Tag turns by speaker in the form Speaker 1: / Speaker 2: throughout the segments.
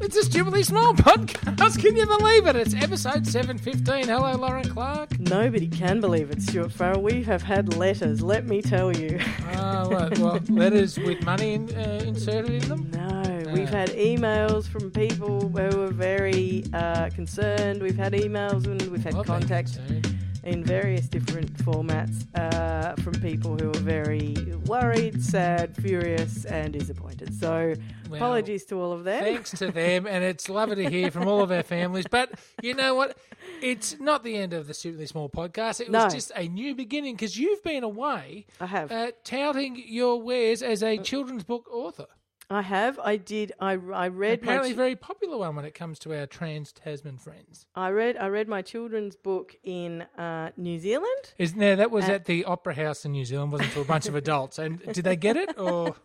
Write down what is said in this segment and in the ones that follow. Speaker 1: It's a stupidly small podcast. Can you believe it? It's episode 715. Hello, Lauren Clark.
Speaker 2: Nobody can believe it, Stuart Farrell. We have had letters, let me tell you.
Speaker 1: Uh, well, well, letters with money in, uh, inserted in them.
Speaker 2: No, we've
Speaker 1: Uh.
Speaker 2: had emails from people who were very uh, concerned. We've had emails and weve had
Speaker 1: I've been
Speaker 2: contact
Speaker 1: concerned.
Speaker 2: in various different formats uh, from people who are very worried, sad, furious, and disappointed. So,
Speaker 1: Well,
Speaker 2: apologies to all of them.
Speaker 1: Thanks to them, and it's lovely to hear from all of our families. But you know what? It's not the end of the Stupidly Small podcast. It was
Speaker 2: No.
Speaker 1: just a new beginning because you've been away
Speaker 2: I have.
Speaker 1: uh, touting your wares as
Speaker 2: Uh,
Speaker 1: a children's book author.
Speaker 2: I have. I did. I, I read my
Speaker 1: Apparently, a very popular one when it comes to our trans Tasman friends.
Speaker 2: I read I read my children's book in uh, New Zealand.
Speaker 1: Isn't there? That was
Speaker 2: Uh,
Speaker 1: at the Opera House in New Zealand, wasn't it? To a bunch of adults, and did they get it? Or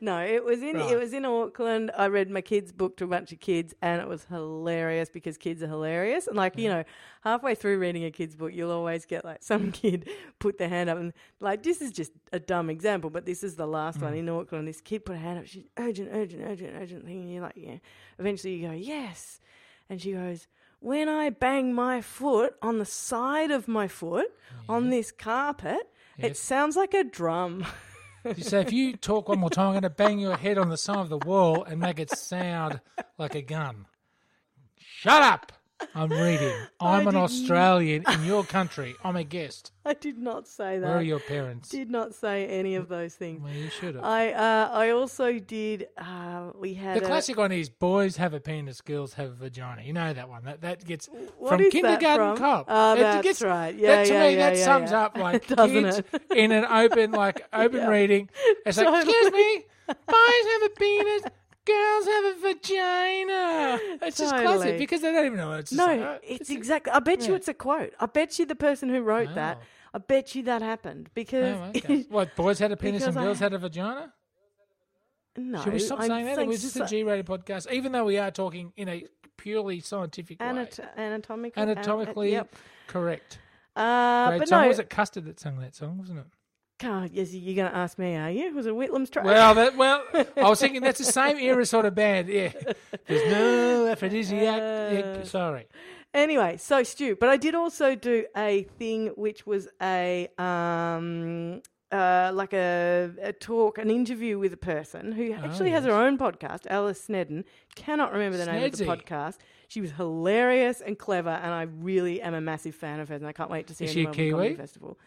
Speaker 2: No, it was in
Speaker 1: Right.
Speaker 2: it was in Auckland. I read my kids' book to a bunch of kids, and it was hilarious because kids are hilarious. And like you know, halfway through reading a kid's book, you'll always get like some kid put their hand up and like this is just a dumb example, but this is the last
Speaker 1: Mm.
Speaker 2: one in Auckland. This kid put her hand up. She's urgent, urgent, urgent, urgent thing. And you're like, yeah. Eventually, you go yes, and she goes. When I bang my foot on the side of my foot on this carpet, it
Speaker 1: Yes.
Speaker 2: sounds like a drum.
Speaker 1: you say if you talk one more time, I'm going to bang your head on the side of the wall and make it sound like a gun. Shut up! I'm reading. I'm an
Speaker 2: didn't-
Speaker 1: Australian in your country. I'm a guest.
Speaker 2: I did not say that.
Speaker 1: Where are your parents?
Speaker 2: Did not say any of those things.
Speaker 1: Well, you should have.
Speaker 2: I uh, I also did. Uh, we had
Speaker 1: The
Speaker 2: a-
Speaker 1: classic one is boys have a penis, girls have a vagina. You know that one. That that gets
Speaker 2: What
Speaker 1: from
Speaker 2: is that
Speaker 1: kindergarten
Speaker 2: from?
Speaker 1: cop.
Speaker 2: Oh,
Speaker 1: It
Speaker 2: that's
Speaker 1: gets-
Speaker 2: right.
Speaker 1: that
Speaker 2: Yeah,
Speaker 1: to
Speaker 2: yeah,
Speaker 1: me,
Speaker 2: yeah,
Speaker 1: that
Speaker 2: yeah,
Speaker 1: sums
Speaker 2: yeah.
Speaker 1: up like
Speaker 2: Doesn't
Speaker 1: kids
Speaker 2: it?
Speaker 1: in an open like open reading. It's like,
Speaker 2: Totally.
Speaker 1: excuse me, boys have a penis, girls have a vagina. It's just classic
Speaker 2: Totally.
Speaker 1: because they don't even know. It's just
Speaker 2: No,
Speaker 1: like, oh,
Speaker 2: it's exactly. I bet you it's a quote. I bet you the person who wrote that.
Speaker 1: Wow.
Speaker 2: I bet you that happened because
Speaker 1: oh, okay. what boys had a penis and
Speaker 2: Because I-
Speaker 1: girls had a vagina.
Speaker 2: no.
Speaker 1: Should we stop
Speaker 2: I'm
Speaker 1: saying that? It was just
Speaker 2: so-
Speaker 1: a G-rated podcast, even though we are talking in a purely scientific way.
Speaker 2: anat- anatomical, an-
Speaker 1: anatomically
Speaker 2: yep.
Speaker 1: correct.
Speaker 2: Uh,
Speaker 1: Great
Speaker 2: but
Speaker 1: song.
Speaker 2: no,
Speaker 1: Was it Custard that sung that song, wasn't it?
Speaker 2: God, yes, you're going to ask me, are you? Was it Whitlam's track?
Speaker 1: Well, that well, I was thinking that's the same era sort of band. Yeah, there's no aphrodisiac. yeah,
Speaker 2: Uh,
Speaker 1: sorry,
Speaker 2: Anyway, so Stu, but I did also do a thing which was a um uh like a, a talk, an interview with a person who actually has her own podcast, Alice Snedden. Cannot remember the name of the
Speaker 1: Snedsy.
Speaker 2: podcast. She was hilarious and clever, and I really am a massive fan of hers, and I can't wait to see
Speaker 1: Is
Speaker 2: her
Speaker 1: she a
Speaker 2: in the Melbourne Comedy
Speaker 1: Kiwi?
Speaker 2: Festival.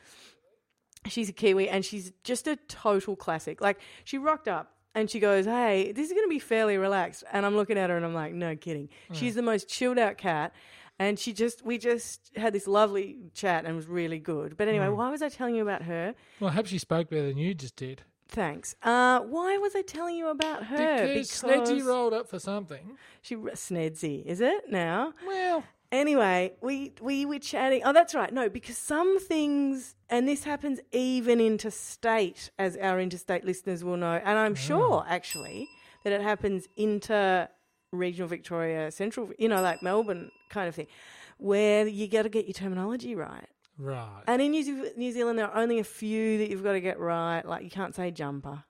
Speaker 2: She's a Kiwi, and she's just a total classic. Like she rocked up. And she goes, Hey, this is going to be fairly relaxed. And I'm looking at her and I'm like, No kidding.
Speaker 1: Mm.
Speaker 2: She's the most chilled out cat. And she just, we just had this lovely chat and it was really good. But
Speaker 1: Mm.
Speaker 2: anyway, why was I telling you about her?
Speaker 1: well, I hope she spoke better than you just did.
Speaker 2: Thanks. Uh, why was I telling you about her?
Speaker 1: Because, Snedsy rolled up for something.
Speaker 2: she Snedsy, is it now?
Speaker 1: Well,
Speaker 2: Anyway, we we were chatting. Oh, that's right. No, because some things, and this happens even interstate, as our interstate listeners will know, and
Speaker 1: Mm.
Speaker 2: I'm sure actually that it happens inter regional Victoria, central, you know, like Melbourne kind of thing, where you got to get your terminology right.
Speaker 1: right.
Speaker 2: And in New, Ze- New Zealand, there are only a few that you've got to get right. Like you can't say jumper,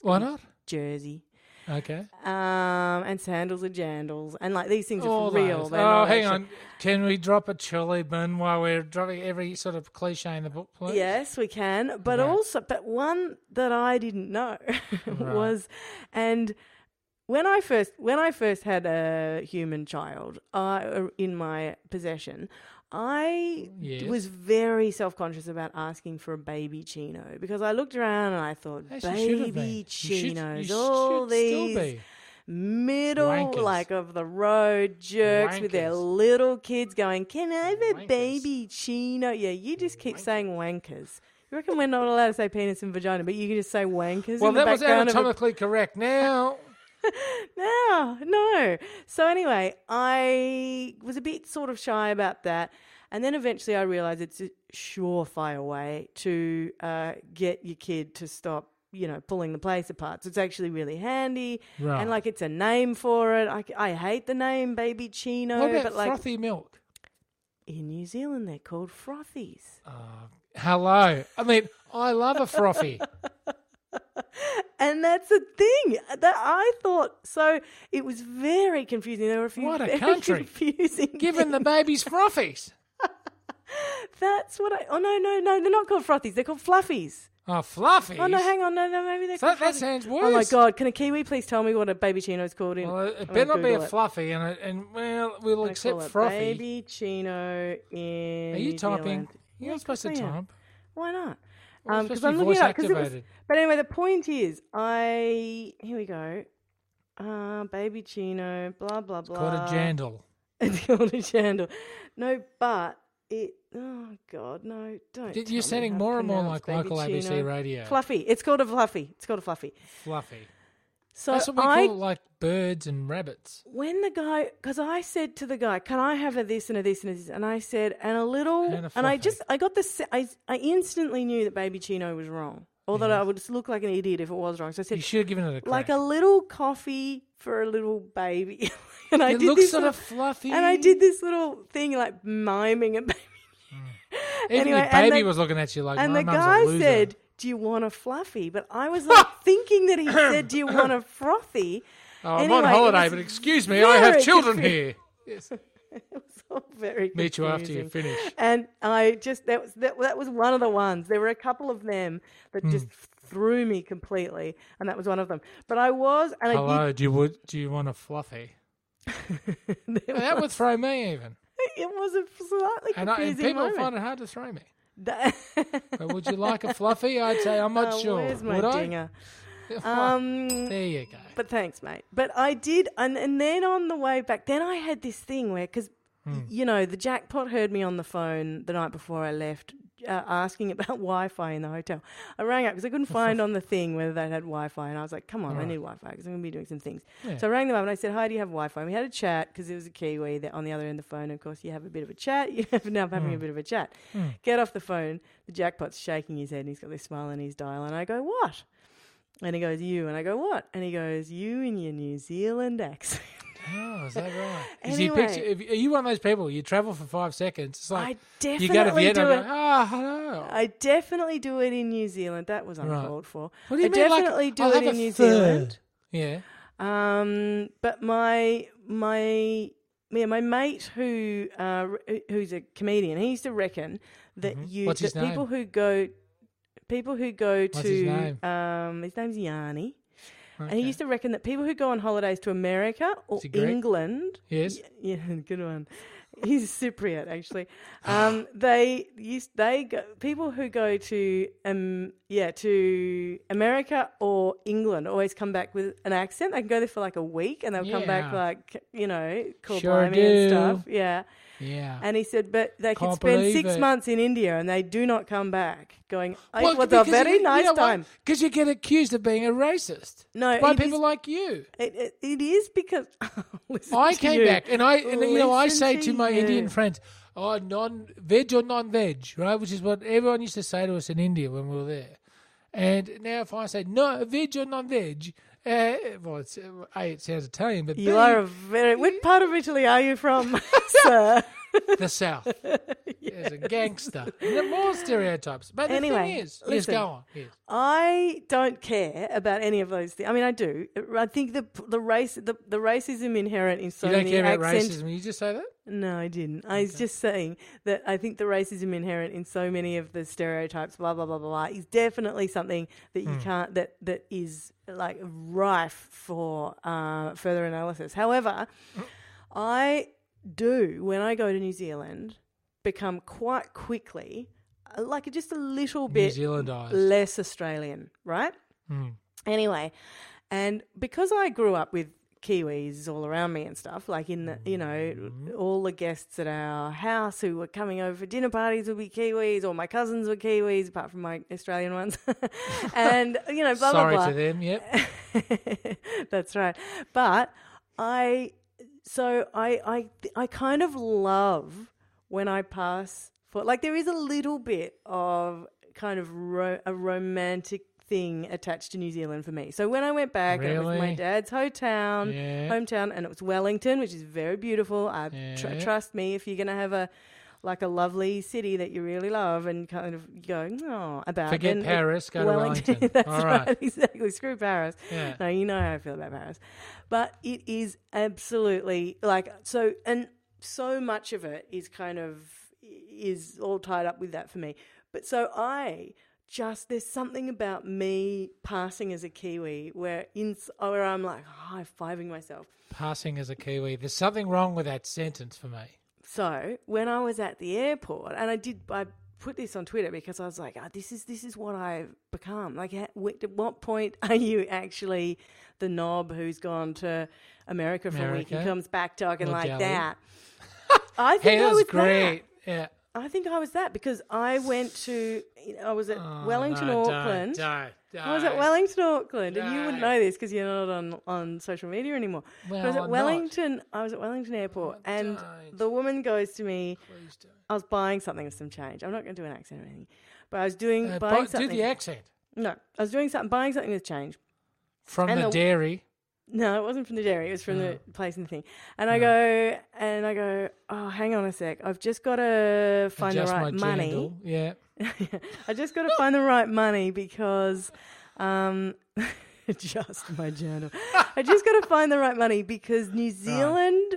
Speaker 1: Why not?
Speaker 2: jersey,
Speaker 1: Okay.
Speaker 2: um, and sandals are jandals, and like these things are
Speaker 1: All
Speaker 2: for real.
Speaker 1: those.
Speaker 2: they're
Speaker 1: Oh,
Speaker 2: not
Speaker 1: hang
Speaker 2: actually-
Speaker 1: on. Can we drop a chili bin while we're dropping every sort of cliche in the book, please?
Speaker 2: Yes, we can. But
Speaker 1: Right.
Speaker 2: also, but one that I didn't know was, and when I first when I first had a human child uh, in my possession, I
Speaker 1: Yes.
Speaker 2: was very self conscious about asking for a baby chino because I looked around and I thought
Speaker 1: As you should have been.
Speaker 2: baby
Speaker 1: You should- you
Speaker 2: chinos,
Speaker 1: should still
Speaker 2: all these
Speaker 1: be.
Speaker 2: middle
Speaker 1: Wankers.
Speaker 2: like of the road jerks with their
Speaker 1: Wankers.
Speaker 2: little kids going, Can I have a
Speaker 1: Wankers.
Speaker 2: baby chino? Yeah, you just keep saying wankers. You reckon we're not allowed to say penis and vagina, but you can just say wankers
Speaker 1: Well,
Speaker 2: in the
Speaker 1: that was
Speaker 2: background of a
Speaker 1: anatomically correct. Now,
Speaker 2: no, Ah, no. So anyway, I was a bit sort of shy about that, and then eventually I realised it's a surefire way to uh, get your kid to stop, you know, pulling the place apart. So it's actually really handy,
Speaker 1: Right.
Speaker 2: and like it's a name for it. I, I hate the name baby chino,
Speaker 1: what about
Speaker 2: but like
Speaker 1: frothy milk?
Speaker 2: in New Zealand they're called frothies.
Speaker 1: Hello. I mean, I love a frothy.
Speaker 2: And that's the thing that I thought. So it was very confusing. There were a few
Speaker 1: What a
Speaker 2: very
Speaker 1: country.
Speaker 2: confusing.
Speaker 1: Giving the babies frothies.
Speaker 2: That's what I. Oh no, no, no! They're not called frothies. They're called fluffies.
Speaker 1: Oh, fluffy.
Speaker 2: Oh no, hang on, no, no, maybe they're.
Speaker 1: So
Speaker 2: called
Speaker 1: that
Speaker 2: fluffies.
Speaker 1: sounds
Speaker 2: Oh my
Speaker 1: worse.
Speaker 2: god! Can a Kiwi please tell me what a baby chino is called in?
Speaker 1: Well, it,
Speaker 2: I'm
Speaker 1: it
Speaker 2: gonna
Speaker 1: better not be a
Speaker 2: Google it.
Speaker 1: fluffy, and it, and well, we'll
Speaker 2: They
Speaker 1: accept
Speaker 2: call it
Speaker 1: frothy.
Speaker 2: Baby chino in.
Speaker 1: Are you
Speaker 2: New
Speaker 1: typing?
Speaker 2: Zealand.
Speaker 1: You're not supposed to
Speaker 2: I am.
Speaker 1: type.
Speaker 2: Why not?
Speaker 1: Well, it's
Speaker 2: Because
Speaker 1: supposed
Speaker 2: I'm
Speaker 1: to be
Speaker 2: looking
Speaker 1: voice
Speaker 2: at it. 'cause it was-
Speaker 1: activated.
Speaker 2: but anyway, the point is, I here we go. Uh, baby chino, blah blah blah.
Speaker 1: Called a jandal.
Speaker 2: It's called a chandel. No, but it. Oh God, no! Don't.
Speaker 1: Did-
Speaker 2: tell me
Speaker 1: You're sounding
Speaker 2: how to
Speaker 1: more and more
Speaker 2: pronounce
Speaker 1: like
Speaker 2: baby
Speaker 1: local
Speaker 2: chino.
Speaker 1: ABC radio.
Speaker 2: Fluffy. It's called a fluffy. It's called a fluffy.
Speaker 1: Fluffy.
Speaker 2: So
Speaker 1: That's what we
Speaker 2: I,
Speaker 1: call like birds and rabbits.
Speaker 2: when the guy, because I said to the guy, "Can I have a this and a this and a this?" and I said, "And a little,"
Speaker 1: And
Speaker 2: and,
Speaker 1: a
Speaker 2: I
Speaker 1: fluffy.
Speaker 2: just, I got this. I, I instantly knew that Baby Chino was wrong, or that I would just look like an idiot if it was wrong. So I
Speaker 1: You
Speaker 2: said,
Speaker 1: should have given it a crack.
Speaker 2: "Like a little coffee for a little baby," and I
Speaker 1: it
Speaker 2: did
Speaker 1: looks
Speaker 2: this
Speaker 1: sort of
Speaker 2: little-
Speaker 1: fluffy.
Speaker 2: and I did this little thing like miming a baby.
Speaker 1: Even your
Speaker 2: anyway, and
Speaker 1: baby
Speaker 2: the-
Speaker 1: was looking at you like,
Speaker 2: And
Speaker 1: my
Speaker 2: the
Speaker 1: mum's a
Speaker 2: guy
Speaker 1: loser.
Speaker 2: said, "Do you want a fluffy?" But I was like thinking that he said, "Do you want a frothy?"
Speaker 1: oh, I'm on
Speaker 2: anyway, it
Speaker 1: holiday,
Speaker 2: was
Speaker 1: but excuse me, I have
Speaker 2: very
Speaker 1: children
Speaker 2: confusing.
Speaker 1: here. Yes.
Speaker 2: It was all very.
Speaker 1: Meet you after you
Speaker 2: confusing.
Speaker 1: finish.
Speaker 2: And I just that was that, that was one of the ones. There were a couple of them
Speaker 1: Hmm.
Speaker 2: that just threw me completely, and that was one of them. But I was, and I
Speaker 1: Hello, do you would do you want a fluffy?
Speaker 2: did. there
Speaker 1: That
Speaker 2: was-
Speaker 1: would throw me even,
Speaker 2: it was a slightly confusing
Speaker 1: and, I, and people
Speaker 2: moment.
Speaker 1: find it hard to throw me.
Speaker 2: That-
Speaker 1: But would you like a fluffy? I'd say I'm not
Speaker 2: Oh,
Speaker 1: sure.
Speaker 2: Where's my
Speaker 1: would
Speaker 2: dinger?
Speaker 1: I?
Speaker 2: Um,
Speaker 1: there you go.
Speaker 2: But thanks, mate. But I did, and, and then on the way back, then I had this thing where, because
Speaker 1: Hmm.
Speaker 2: you know, the jackpot heard me on the phone the night before I left, uh, asking about Wi-Fi in the hotel. I rang up because I couldn't find on the thing whether they had Wi-Fi, and I was like, "Come on, I need Wi-Fi because I'm going to be doing some things." So I rang them up and I said, "Hi, do you have Wi-Fi?" And we had a chat because there was a Kiwi that on the other end of the phone. Of course, you have a bit of a chat. You have now having
Speaker 1: Hmm.
Speaker 2: a bit of a chat. Get off the phone. The jackpot's shaking his head and he's got this smile on his dial, and I go, "What?" And he goes, You. And I go, What? And he goes, You in your New Zealand accent.
Speaker 1: Oh, is that right?
Speaker 2: Anyway.
Speaker 1: Is he picture, if, are you one of those people? You travel for five seconds. It's like
Speaker 2: I
Speaker 1: you go to
Speaker 2: definitely
Speaker 1: Vietnam.
Speaker 2: do
Speaker 1: and
Speaker 2: it. Uh,
Speaker 1: go, Ah, hello.
Speaker 2: I definitely do it in New Zealand. That was
Speaker 1: Right.
Speaker 2: uncalled for.
Speaker 1: What do you
Speaker 2: I
Speaker 1: mean?
Speaker 2: definitely
Speaker 1: like,
Speaker 2: do
Speaker 1: I'll
Speaker 2: it
Speaker 1: have
Speaker 2: in
Speaker 1: a
Speaker 2: New
Speaker 1: third.
Speaker 2: Zealand.
Speaker 1: Yeah.
Speaker 2: Um, but my my yeah, my mate who uh, who- who's a comedian, he used to reckon that you
Speaker 1: Mm-hmm. What's his
Speaker 2: that people who go people who go to
Speaker 1: his name?
Speaker 2: um his name's Yanni. And
Speaker 1: Okay.
Speaker 2: he used to reckon that people who go on holidays to America or
Speaker 1: Is he Greek?
Speaker 2: England
Speaker 1: Yes.
Speaker 2: Yeah, good one. He's Cypriot, actually. Um, they used they go, people who go to um yeah to America or England always come back with an accent. They can go there for like a week and they'll come back
Speaker 1: Yeah.
Speaker 2: like you know call
Speaker 1: Sure
Speaker 2: blimey and
Speaker 1: do.
Speaker 2: stuff. Yeah,
Speaker 1: Yeah.
Speaker 2: and he said, but they could
Speaker 1: Can't
Speaker 2: spend
Speaker 1: believe
Speaker 2: six
Speaker 1: it.
Speaker 2: months in India and they do not come back. Going, it was a very nice time.
Speaker 1: Because you get accused of being a racist
Speaker 2: No,
Speaker 1: by
Speaker 2: it is-
Speaker 1: people like you.
Speaker 2: It, it, it is because Listen
Speaker 1: I
Speaker 2: to
Speaker 1: came
Speaker 2: you.
Speaker 1: back and I, and, you know, I
Speaker 2: Listen
Speaker 1: say to my
Speaker 2: you.
Speaker 1: Indian friends, "Oh, non veg or non veg," right? Which is what everyone used to say to us in India when we were there. And now, if I say no veg or non veg, uh, well, it's, uh, a it sounds Italian, but
Speaker 2: You
Speaker 1: B,
Speaker 2: are a very. What part of Italy are you from, sir?
Speaker 1: the South. As a gangster, And there are more stereotypes. But the
Speaker 2: Anyway,
Speaker 1: thing is, yes,
Speaker 2: listen.
Speaker 1: go on. Yes.
Speaker 2: I don't care about any of those things. I mean, I do. I think the the race the, the racism inherent in so
Speaker 1: You don't
Speaker 2: many
Speaker 1: care about
Speaker 2: accent.
Speaker 1: racism. You just say that.
Speaker 2: No, I didn't. I was just saying that I think the racism inherent in so many of the stereotypes, blah blah blah blah blah, is definitely something that you can't that that is like rife for uh, further analysis. However, I do when I go to New Zealand become quite quickly uh, like just a little
Speaker 1: New Hmm.
Speaker 2: bit
Speaker 1: Zealandized.
Speaker 2: less Australian, right? Anyway, and because I grew up with Kiwis all around me and stuff, like in the, you know,
Speaker 1: Mm-hmm.
Speaker 2: all the guests at our house who were coming over for dinner parties would be Kiwis, all my cousins were Kiwis, apart from my Australian ones. and, you know, blah,
Speaker 1: Sorry
Speaker 2: blah,
Speaker 1: to
Speaker 2: blah.
Speaker 1: them. Yep.
Speaker 2: That's right. But I, so I, I, I kind of love when I pass for like there is a little bit of kind of ro- a romantic thing attached to New Zealand for me. So when I went back, and it was my
Speaker 1: Really?
Speaker 2: dad's hometown,
Speaker 1: Yeah.
Speaker 2: hometown, and it was Wellington, which is very beautiful. I tr-
Speaker 1: Yeah.
Speaker 2: trust me, if you're gonna have a like a lovely city that you really love and kind of go, oh, about.
Speaker 1: Forget
Speaker 2: and
Speaker 1: Paris, go to Wellington.
Speaker 2: That's
Speaker 1: All
Speaker 2: right.
Speaker 1: right.
Speaker 2: exactly. Screw Paris.
Speaker 1: Yeah.
Speaker 2: No, you know how I feel about Paris. But it is absolutely like so, and so much of it is kind of is all tied up with that for me. But so I just there's something about me passing as a Kiwi where in where I'm like high fiving myself.
Speaker 1: Passing as a Kiwi. There's something wrong with that sentence for me.
Speaker 2: So when I was at the airport, and I did, I put this on Twitter because I was like, oh, "This is this is what I've become." Like, at wh- at what point are you actually the knob who's gone to America for a week and
Speaker 1: America.
Speaker 2: comes back talking
Speaker 1: Or
Speaker 2: like
Speaker 1: Delhi.
Speaker 2: that? I think
Speaker 1: Hey,
Speaker 2: I
Speaker 1: that was
Speaker 2: was
Speaker 1: great.
Speaker 2: That.
Speaker 1: Yeah.
Speaker 2: I think I was that because I went to I was at
Speaker 1: Oh,
Speaker 2: Wellington,
Speaker 1: no, don't,
Speaker 2: Auckland.
Speaker 1: don't,
Speaker 2: I was at
Speaker 1: don't.
Speaker 2: Wellington, Auckland, and you wouldn't
Speaker 1: No.
Speaker 2: know this because you're not on, on social media anymore. But I was
Speaker 1: Well, I'm
Speaker 2: at
Speaker 1: not. Oh,
Speaker 2: Wellington. I was at Wellington Airport, and
Speaker 1: don't.
Speaker 2: the woman goes to me.
Speaker 1: Please don't.
Speaker 2: I was buying something with some change. I'm not going to do an accent or anything, but I was doing
Speaker 1: Uh,
Speaker 2: buying
Speaker 1: but do
Speaker 2: something.
Speaker 1: the accent
Speaker 2: no, I was doing something, buying something with change.
Speaker 1: from
Speaker 2: And
Speaker 1: the,
Speaker 2: the-
Speaker 1: dairy.
Speaker 2: No, it wasn't from the dairy. It was from the place and the thing. And I
Speaker 1: Oh.
Speaker 2: go and I go. Oh, hang on a sec. I've just got to find the
Speaker 1: adjust
Speaker 2: right
Speaker 1: my
Speaker 2: money.
Speaker 1: jingle. Yeah.
Speaker 2: I just got to find the right money because, um, just my journal. I just got to find the right money because New Zealand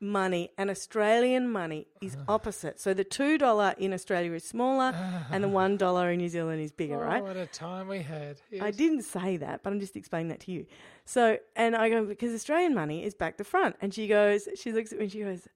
Speaker 2: money and Australian money is opposite. So the two dollar in Australia is smaller, and the one dollar in New Zealand is bigger, right?
Speaker 1: Oh, what a time we had.
Speaker 2: I
Speaker 1: Yes.
Speaker 2: didn't say that, but I'm just explaining that to you. So, and I go, because Australian money is back to front. And she goes, she looks at me and she goes,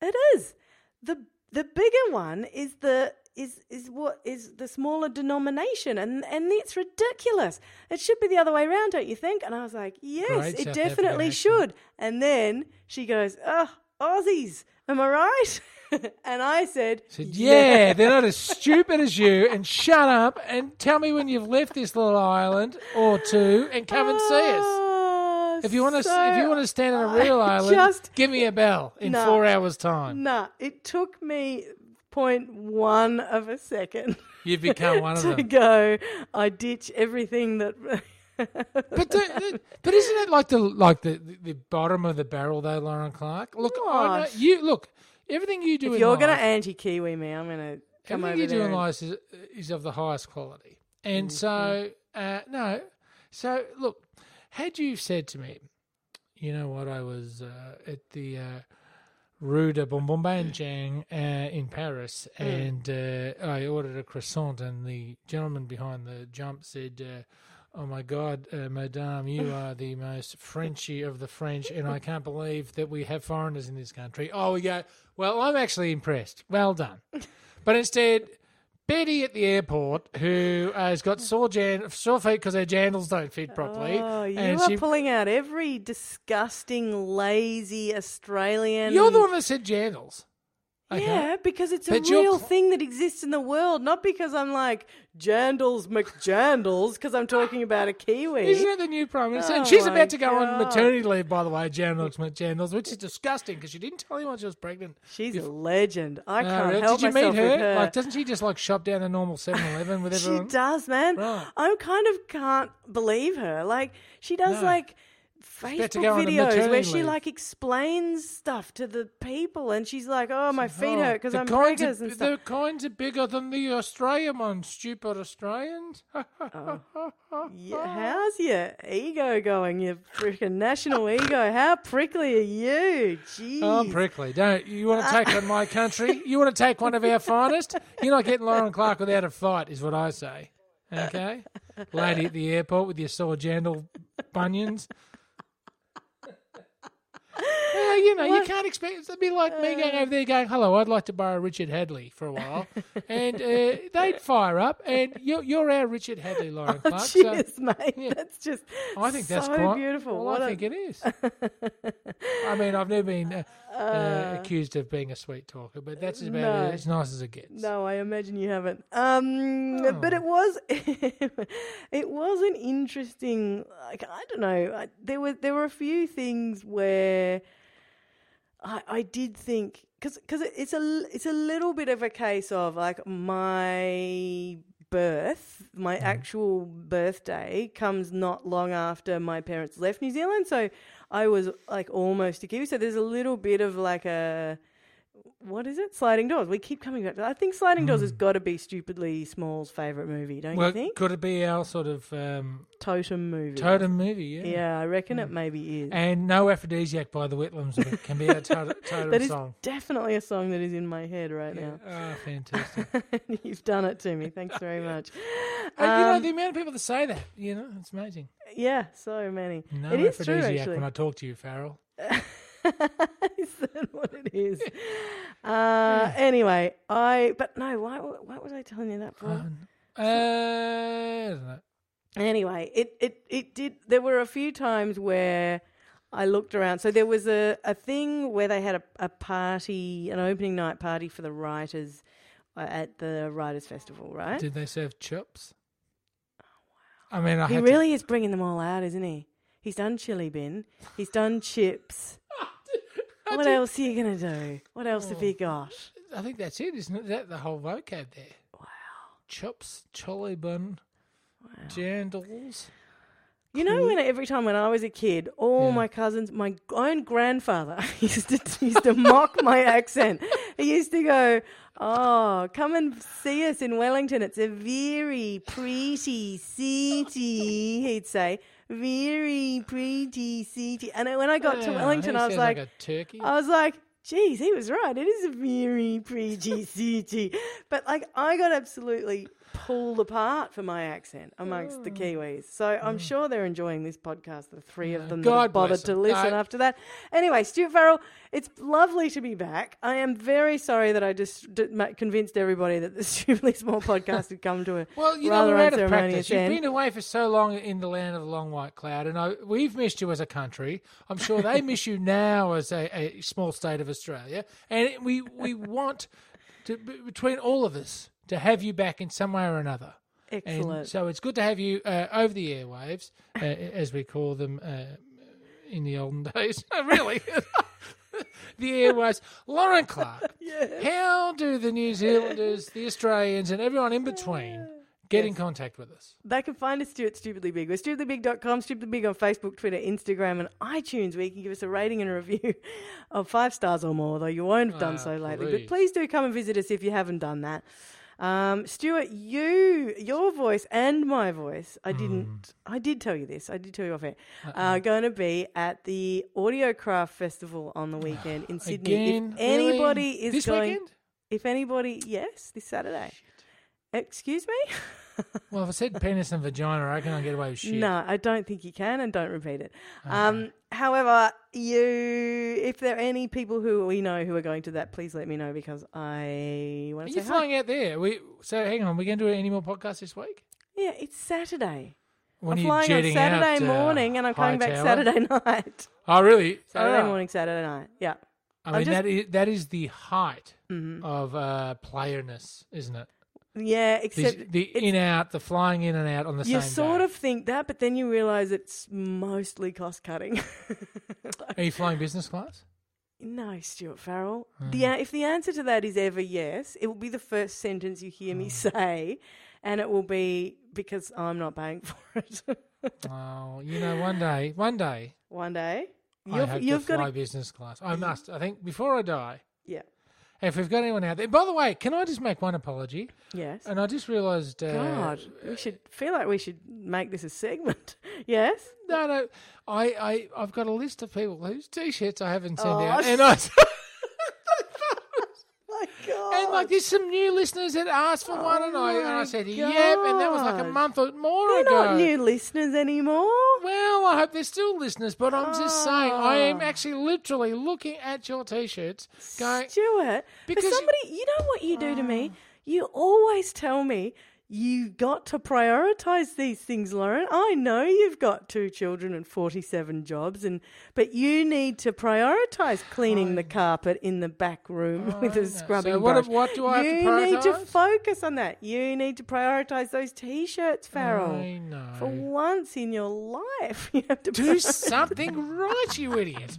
Speaker 2: it is. The the bigger one is the is is what is the smaller denomination and and it's ridiculous. It should be the other way around, don't you think? And I was like, yes,
Speaker 1: Great
Speaker 2: it
Speaker 1: South African
Speaker 2: definitely
Speaker 1: accent.
Speaker 2: should. And then she goes, oh, Aussies, am I right? and I said,
Speaker 1: Said, yeah, they're not as stupid as you, and shut up and tell me when you've left this little island or two, and come and see us.
Speaker 2: us.
Speaker 1: If you want to, if you want to stand on a real
Speaker 2: Oh, Ah, I
Speaker 1: island,
Speaker 2: just-
Speaker 1: give me a bell in
Speaker 2: No.
Speaker 1: four hours' time.
Speaker 2: Nah, it took me point one of a second
Speaker 1: You've become one of
Speaker 2: to
Speaker 1: them.
Speaker 2: go. I ditch everything that.
Speaker 1: But don't- don't- but isn't it like the like the, the bottom of the barrel though, Lauren Clark? Look, I know,
Speaker 2: Gosh.
Speaker 1: you look everything you do.
Speaker 2: if
Speaker 1: in
Speaker 2: you're
Speaker 1: life,
Speaker 2: going to anti Kiwi me, I'm going to come over
Speaker 1: everything you do
Speaker 2: there. Mm,
Speaker 1: in
Speaker 2: and-
Speaker 1: life is, is of the highest quality. And so, uh, no, so look, had you said to me, you know what, I was uh, at the uh, Rue de Bonbonbanjang uh, in Paris,
Speaker 2: Hmm.
Speaker 1: and uh, I ordered a croissant, and the gentleman behind the jump said. Uh, Oh my God, uh, Madame, you are the most Frenchy of the French, and I can't believe that we have foreigners in this country. Oh, we go, well, I'm actually impressed. Well done. But instead, Betty at the airport, who has got sore, jan- sore feet because her jandals don't fit properly.
Speaker 2: Hmm. Oh, you
Speaker 1: and
Speaker 2: are
Speaker 1: she-
Speaker 2: pulling out every disgusting, lazy Australian.
Speaker 1: You're the one that said jandals. Okay.
Speaker 2: Yeah, because it's a
Speaker 1: But you're
Speaker 2: real
Speaker 1: cl-
Speaker 2: thing that exists in the world, not because I'm like Jandals McJandals, because I'm talking about a Kiwi.
Speaker 1: Isn't it the new prime minister? and
Speaker 2: Oh
Speaker 1: she's
Speaker 2: my
Speaker 1: about to go on
Speaker 2: God.
Speaker 1: maternity leave, by the way, Jandals McJandals, which is disgusting because she didn't tell anyone she was pregnant.
Speaker 2: She's a legend. I
Speaker 1: No,
Speaker 2: can't
Speaker 1: really?
Speaker 2: help
Speaker 1: Did you
Speaker 2: myself
Speaker 1: meet her?
Speaker 2: with her.
Speaker 1: Like, doesn't she just like shop down the normal 7-Eleven with
Speaker 2: she
Speaker 1: everyone?
Speaker 2: does, man.
Speaker 1: Right.
Speaker 2: I kind of can't believe her. Like she does
Speaker 1: No.
Speaker 2: like
Speaker 1: about to
Speaker 2: Facebook
Speaker 1: go on a
Speaker 2: videos where
Speaker 1: maternity
Speaker 2: she
Speaker 1: leave.
Speaker 2: like explains stuff to the people, and she's like, "Oh, my feet
Speaker 1: Oh,
Speaker 2: hurt because
Speaker 1: the
Speaker 2: I'm
Speaker 1: kinds
Speaker 2: preggers
Speaker 1: are-
Speaker 2: and
Speaker 1: The
Speaker 2: stuff."
Speaker 1: kinds are bigger than the Australian ones, stupid Australians.
Speaker 2: Yeah, how's your ego going? Your freaking national ego? How prickly are you? Jeez. Uh,
Speaker 1: Oh, I'm prickly. Don't you want to take on my country? You want to take one of our finest? You're not getting Lauren Clark without a fight, is what I say. Okay, lady at the airport with your sore jandal bunions. Yeah, you know, you can't expect it'd be like me going over there going, "Hello, I'd like to borrow Richard Hadley for a while," and uh, they'd fire up. And you're, you're our Richard Hadley, Lauren
Speaker 2: Oh,
Speaker 1: Clark. so
Speaker 2: cheers, mate.
Speaker 1: uh, yeah.
Speaker 2: That's just
Speaker 1: I think that's
Speaker 2: so
Speaker 1: quite
Speaker 2: beautiful.
Speaker 1: Well,
Speaker 2: what
Speaker 1: I
Speaker 2: a-
Speaker 1: think it is. I mean, I've never been uh, uh, accused of being a sweet talker, but that's about
Speaker 2: no.
Speaker 1: as nice as it gets.
Speaker 2: No, I imagine you haven't. Um, But
Speaker 1: Oh.
Speaker 2: it was, it was an interesting. Like I don't know. I, there were there were a few things where I I did think because it's a l- it's a little bit of a case of like my birth, my
Speaker 1: Mm-hmm.
Speaker 2: actual birthday comes not long after my parents left New Zealand, so I was like almost a Kiwi. So there's a little bit of like a what is it? Sliding Doors. We keep coming back to that. I think Sliding Doors has got to be stupidly Small's favourite movie, don't you
Speaker 1: Mm. Well,
Speaker 2: think?
Speaker 1: could it be our sort of um,
Speaker 2: Totem movie.
Speaker 1: totem movie? Yeah. Mm.
Speaker 2: Yeah, I reckon it maybe is.
Speaker 1: And No Aphrodisiac by the Whitlams but it can be our totem, totem
Speaker 2: That is
Speaker 1: song.
Speaker 2: definitely a song that is in my head right
Speaker 1: Yeah.
Speaker 2: now.
Speaker 1: Oh, fantastic.
Speaker 2: You've done it to me. Thanks very much.
Speaker 1: And, you know,
Speaker 2: Um,
Speaker 1: the amount of people that say that, you know, it's amazing.
Speaker 2: Yeah, so many.
Speaker 1: No
Speaker 2: it is true,
Speaker 1: aphrodisiac
Speaker 2: actually.
Speaker 1: when I talk to you, Farrell.
Speaker 2: is that what it is? uh, anyway, I. But no, why? Why was I telling you that for?
Speaker 1: Um, uh, I don't know.
Speaker 2: anyway, it, it, it did. There were a few times where I looked around. So there was a, a thing where they had a, a party, an opening night party for the writers uh, at the Writers Festival, right?
Speaker 1: Did they serve chips? I mean, I
Speaker 2: Oh, He
Speaker 1: had
Speaker 2: really is bringing them all out, isn't he? He's done chili bin. He's done chips. What else are you going to do? What else
Speaker 1: Oh.
Speaker 2: have you got?
Speaker 1: to, I think that's it, isn't it? That the whole vocab there. Wow. Chips, chili bun, jandals.
Speaker 2: You know, when every time when I was a kid, all
Speaker 1: Yeah.
Speaker 2: my cousins, my own grandfather used to used to mock my accent. He used to go, "Oh, come and see us in Wellington. It's a very pretty city." He'd say, "Very pretty city." And when I got to
Speaker 1: Yeah,
Speaker 2: Wellington,
Speaker 1: he
Speaker 2: I was
Speaker 1: sounds
Speaker 2: like,
Speaker 1: a turkey.
Speaker 2: I was like, geez, he was right. It is a very preachy city. But like, I got absolutely pulled apart for my accent amongst
Speaker 1: Oh.
Speaker 2: the Kiwis. So I'm sure they're enjoying this podcast, the three of them that
Speaker 1: Mm. God
Speaker 2: have bothered
Speaker 1: bless
Speaker 2: to
Speaker 1: them.
Speaker 2: listen
Speaker 1: I-
Speaker 2: after that. Anyway, Stuart Farrell, it's lovely to be back. I am very sorry that I just d- ma- convinced everybody that the Stupidly Small podcast had come to a
Speaker 1: Well, you know,
Speaker 2: rather
Speaker 1: we're out of
Speaker 2: unceremonious
Speaker 1: practice. You've
Speaker 2: end.
Speaker 1: been away for so long in the land of the long white cloud, and I, we've missed you as a country. I'm sure they miss you now as a, a small state of Australia, and it- we we want to b- between all of us to have you back in some way or another. And
Speaker 2: Excellent.
Speaker 1: so it's good to have you uh, over the airwaves, uh, as we call them uh, in the olden days. really. the airwaves. Lauren Clark, how do the New Zealanders, the Australians, and everyone in
Speaker 2: Uh,
Speaker 1: between get in contact with us?
Speaker 2: They can find us too at Stupidly Big. We're stupidlybig.com, Stupidly Big on Facebook, Twitter, Instagram, and iTunes, where you can give us a rating and a review of five stars or more, though you won't have done
Speaker 1: Ah,
Speaker 2: so lately. But
Speaker 1: please.
Speaker 2: please do come and visit us if you haven't done that. Um, Stuart, you, your voice and my voice,
Speaker 1: Hmm.
Speaker 2: I didn't, I did tell you this, I did tell you off air, are going to be at the Audio Craft Festival on the weekend in Sydney.
Speaker 1: Again,
Speaker 2: if anybody
Speaker 1: really?
Speaker 2: is
Speaker 1: this
Speaker 2: going,
Speaker 1: weekend?
Speaker 2: if anybody, yes, this Saturday. Excuse me?
Speaker 1: Well, if I said penis and vagina, I reckon I get away with shit.
Speaker 2: No, I don't think you can, and don't repeat it. Um, however, you, if there are any people who we know who are going to that, please let me know because I want
Speaker 1: Are
Speaker 2: to
Speaker 1: you
Speaker 2: say hi.
Speaker 1: flying out there? We so hang on. We're going to do any more podcasts this week?
Speaker 2: Yeah, it's Saturday.
Speaker 1: When
Speaker 2: I'm
Speaker 1: are you
Speaker 2: flying on
Speaker 1: jetting out uh,
Speaker 2: Saturday
Speaker 1: to
Speaker 2: morning, and I'm coming back
Speaker 1: Hightower?
Speaker 2: Saturday night.
Speaker 1: Oh, really?
Speaker 2: Saturday
Speaker 1: Ah.
Speaker 2: morning, Saturday night. Yeah.
Speaker 1: I mean,
Speaker 2: just-
Speaker 1: that
Speaker 2: Mm-hmm.
Speaker 1: is that is the height of uh, playerness, isn't it?
Speaker 2: Yeah,
Speaker 1: These-
Speaker 2: except
Speaker 1: the in out, the flying in and out on the
Speaker 2: you
Speaker 1: same
Speaker 2: sort
Speaker 1: day.
Speaker 2: of think that, but then you realize it's mostly cost cutting.
Speaker 1: Are you flying business class?
Speaker 2: No, Stuart Farrell.
Speaker 1: Hmm.
Speaker 2: The, a- if the answer to that is ever yes, it will be the first sentence you hear me
Speaker 1: Hmm.
Speaker 2: say, and it will be because I'm not paying for it.
Speaker 1: Oh, you know, one day, one day,
Speaker 2: One day,
Speaker 1: I hope
Speaker 2: you've
Speaker 1: to
Speaker 2: got
Speaker 1: fly
Speaker 2: to,
Speaker 1: business class. I must. I think before I die,
Speaker 2: yeah,
Speaker 1: if we've got anyone out there. By the way, can I just make one apology?
Speaker 2: yes.
Speaker 1: And I just realised. Uh,
Speaker 2: God, we should feel like we should make this a segment. yes,
Speaker 1: No, no. I, I, I've got a list of people whose t-shirts I haven't sent
Speaker 2: Oh,
Speaker 1: out,
Speaker 2: I
Speaker 1: and I.
Speaker 2: my God.
Speaker 1: And like, there's some new listeners that asked for one, and I and
Speaker 2: Oh my
Speaker 1: I said, "Yep," and that was like a
Speaker 2: God.
Speaker 1: month or more
Speaker 2: We're
Speaker 1: ago.
Speaker 2: not new listeners anymore.
Speaker 1: Well, I hope they're still listeners, but I'm just saying, I
Speaker 2: Ah.
Speaker 1: am actually literally looking at your t-shirts, going,
Speaker 2: Stuart, because
Speaker 1: Because-
Speaker 2: somebody, you know what you do to me? You always tell me you got to prioritize these things, Lauren. I know you've got two children and 47 jobs and but you need to prioritize cleaning the carpet in the back room with a scrubbing
Speaker 1: So what-
Speaker 2: brush.
Speaker 1: what do I have to
Speaker 2: You need to
Speaker 1: prioritise?
Speaker 2: focus on that. You need to prioritize those t-shirts, Farrell.
Speaker 1: "I know."
Speaker 2: For once in your life, you have to
Speaker 1: Do something right, you idiot.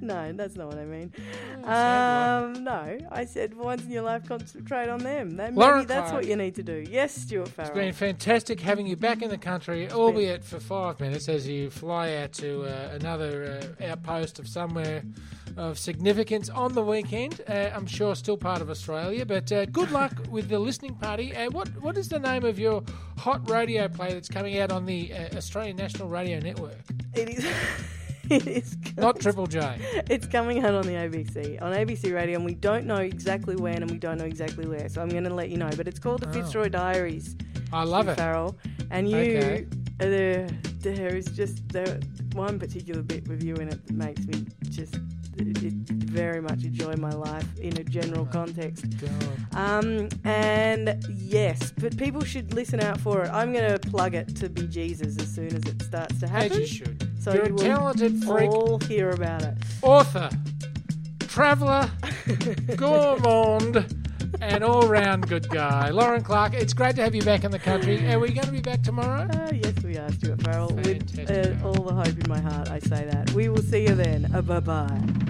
Speaker 2: no, that's not what I mean. Um, no, I said once in your life, concentrate on them. That, maybe
Speaker 1: Lauren
Speaker 2: that's what
Speaker 1: Clark.
Speaker 2: you need to do. Yes, Stuart Farrell.
Speaker 1: It's been fantastic having you back in the country, albeit for five minutes, as you fly out to uh, another uh, outpost of somewhere of significance on the weekend. Uh, I'm sure still part of Australia, but uh, good luck with the listening party. And what what is the name of your hot radio play that's coming out on the uh, Australian National Radio Network?
Speaker 2: It is. it is.
Speaker 1: Not Triple J.
Speaker 2: It's coming out on the ABC, on ABC Radio, and we don't know exactly when and we don't know exactly where. So I'm going to let you know. But it's called The Fitzroy Diaries.
Speaker 1: I Oh. love
Speaker 2: Steve
Speaker 1: it.
Speaker 2: Farrell, and you,
Speaker 1: Okay.
Speaker 2: there, there is just there one particular bit with you in it that makes me just it, it very much enjoy my life in a general context.
Speaker 1: God.
Speaker 2: Um, and yes, but people should listen out for it. I'm going to plug it to be Jesus as soon as it starts to
Speaker 1: As
Speaker 2: happen.
Speaker 1: you should.
Speaker 2: So
Speaker 1: You're
Speaker 2: you
Speaker 1: a
Speaker 2: will
Speaker 1: talented freak,
Speaker 2: All hear about it.
Speaker 1: author, traveller, gourmand, and all round good guy. Lauren Clark, it's great to have you back in the country. Are we going to be back tomorrow?
Speaker 2: Ah, yes, we are, Stuart Farrell. With
Speaker 1: Fantastic.
Speaker 2: uh, all the hope in my heart, I say that. We will see you then. Uh, bye bye.